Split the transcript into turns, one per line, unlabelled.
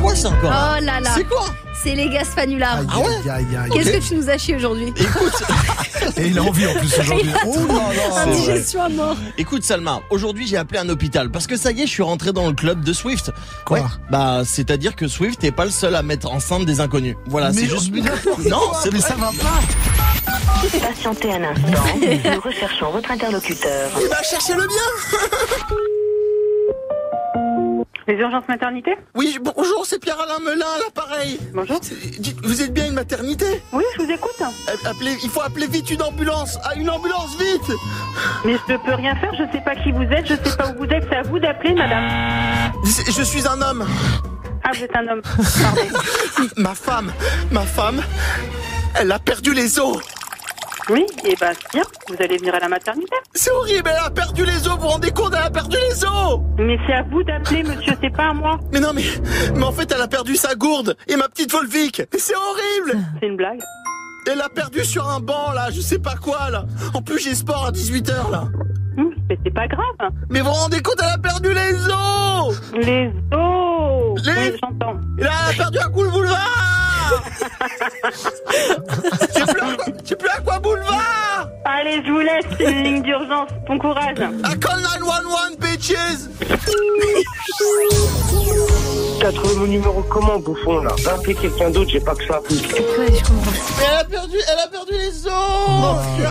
quoi ça encore
Oh là là.
C'est quoi
C'est les gaz fanulars.
Ah ouais
Aïe, aïe, aïe.
Qu'est-ce que tu nous as chié aujourd'hui
Écoute,
Et il a envie en plus aujourd'hui.
oh là là.
Indigestion à mort.
Écoute Salma, aujourd'hui j'ai appelé un hôpital parce que ça y est, je suis rentré dans le club de Swift.
Quoi
Bah, c'est-à-dire que Swift n'est pas le seul à mettre enceinte des inconnus. Voilà, c'est
Mais
juste
mais n'importe
Non,
quoi,
c'est
mais
vrai.
ça va pas.
Patientez un instant, nous recherchons votre interlocuteur.
Il va chercher le bien.
Les urgences maternité
Oui, bonjour, c'est Pierre Alain Melin à l'appareil.
Bonjour.
C'est- dites, Vous êtes bien une maternité
Oui, je vous écoute.
A- appelez- il faut appeler vite une ambulance. Ah, une ambulance vite.
Mais je ne peux rien faire, je sais pas qui vous êtes, je sais pas où vous êtes, c'est à vous d'appeler, madame.
C'est- Je suis un homme.
Ah, vous êtes un homme. Pardon.
Ma femme, ma femme, elle a perdu les os.
Oui, et ben, c'est bien, vous allez venir à la maternité.
C'est horrible, elle a perdu les os. Vous vous rendez compte, elle a perdu les os.
Mais c'est à vous d'appeler, monsieur, c'est pas à moi.
Mais non, mais, mais en fait, elle a perdu sa gourde et ma petite Volvic. Mais C'est horrible.
C'est une blague.
Elle a perdu sur un banc, là, je sais pas quoi, là. En plus, j'ai sport à 18h, là.
Hum, mais c'est pas grave.
Mais vous vous rendez compte, elle a perdu les os
Les os
Les-
Oui, j'entends.
Et là, elle a perdu un coup le boulevard J'ai plus, un quoi- j'ai plus un quoi boulevard
Allez, je vous laisse, c'est une ligne d'urgence. Bon courage.
I call 911, bitches
T'as trouvé mon numéro comment, bouffon, là Va appeler quelqu'un d'autre, j'ai pas que ça.
Ouais, je comprends.
Mais elle a perdu, elle a perdu les os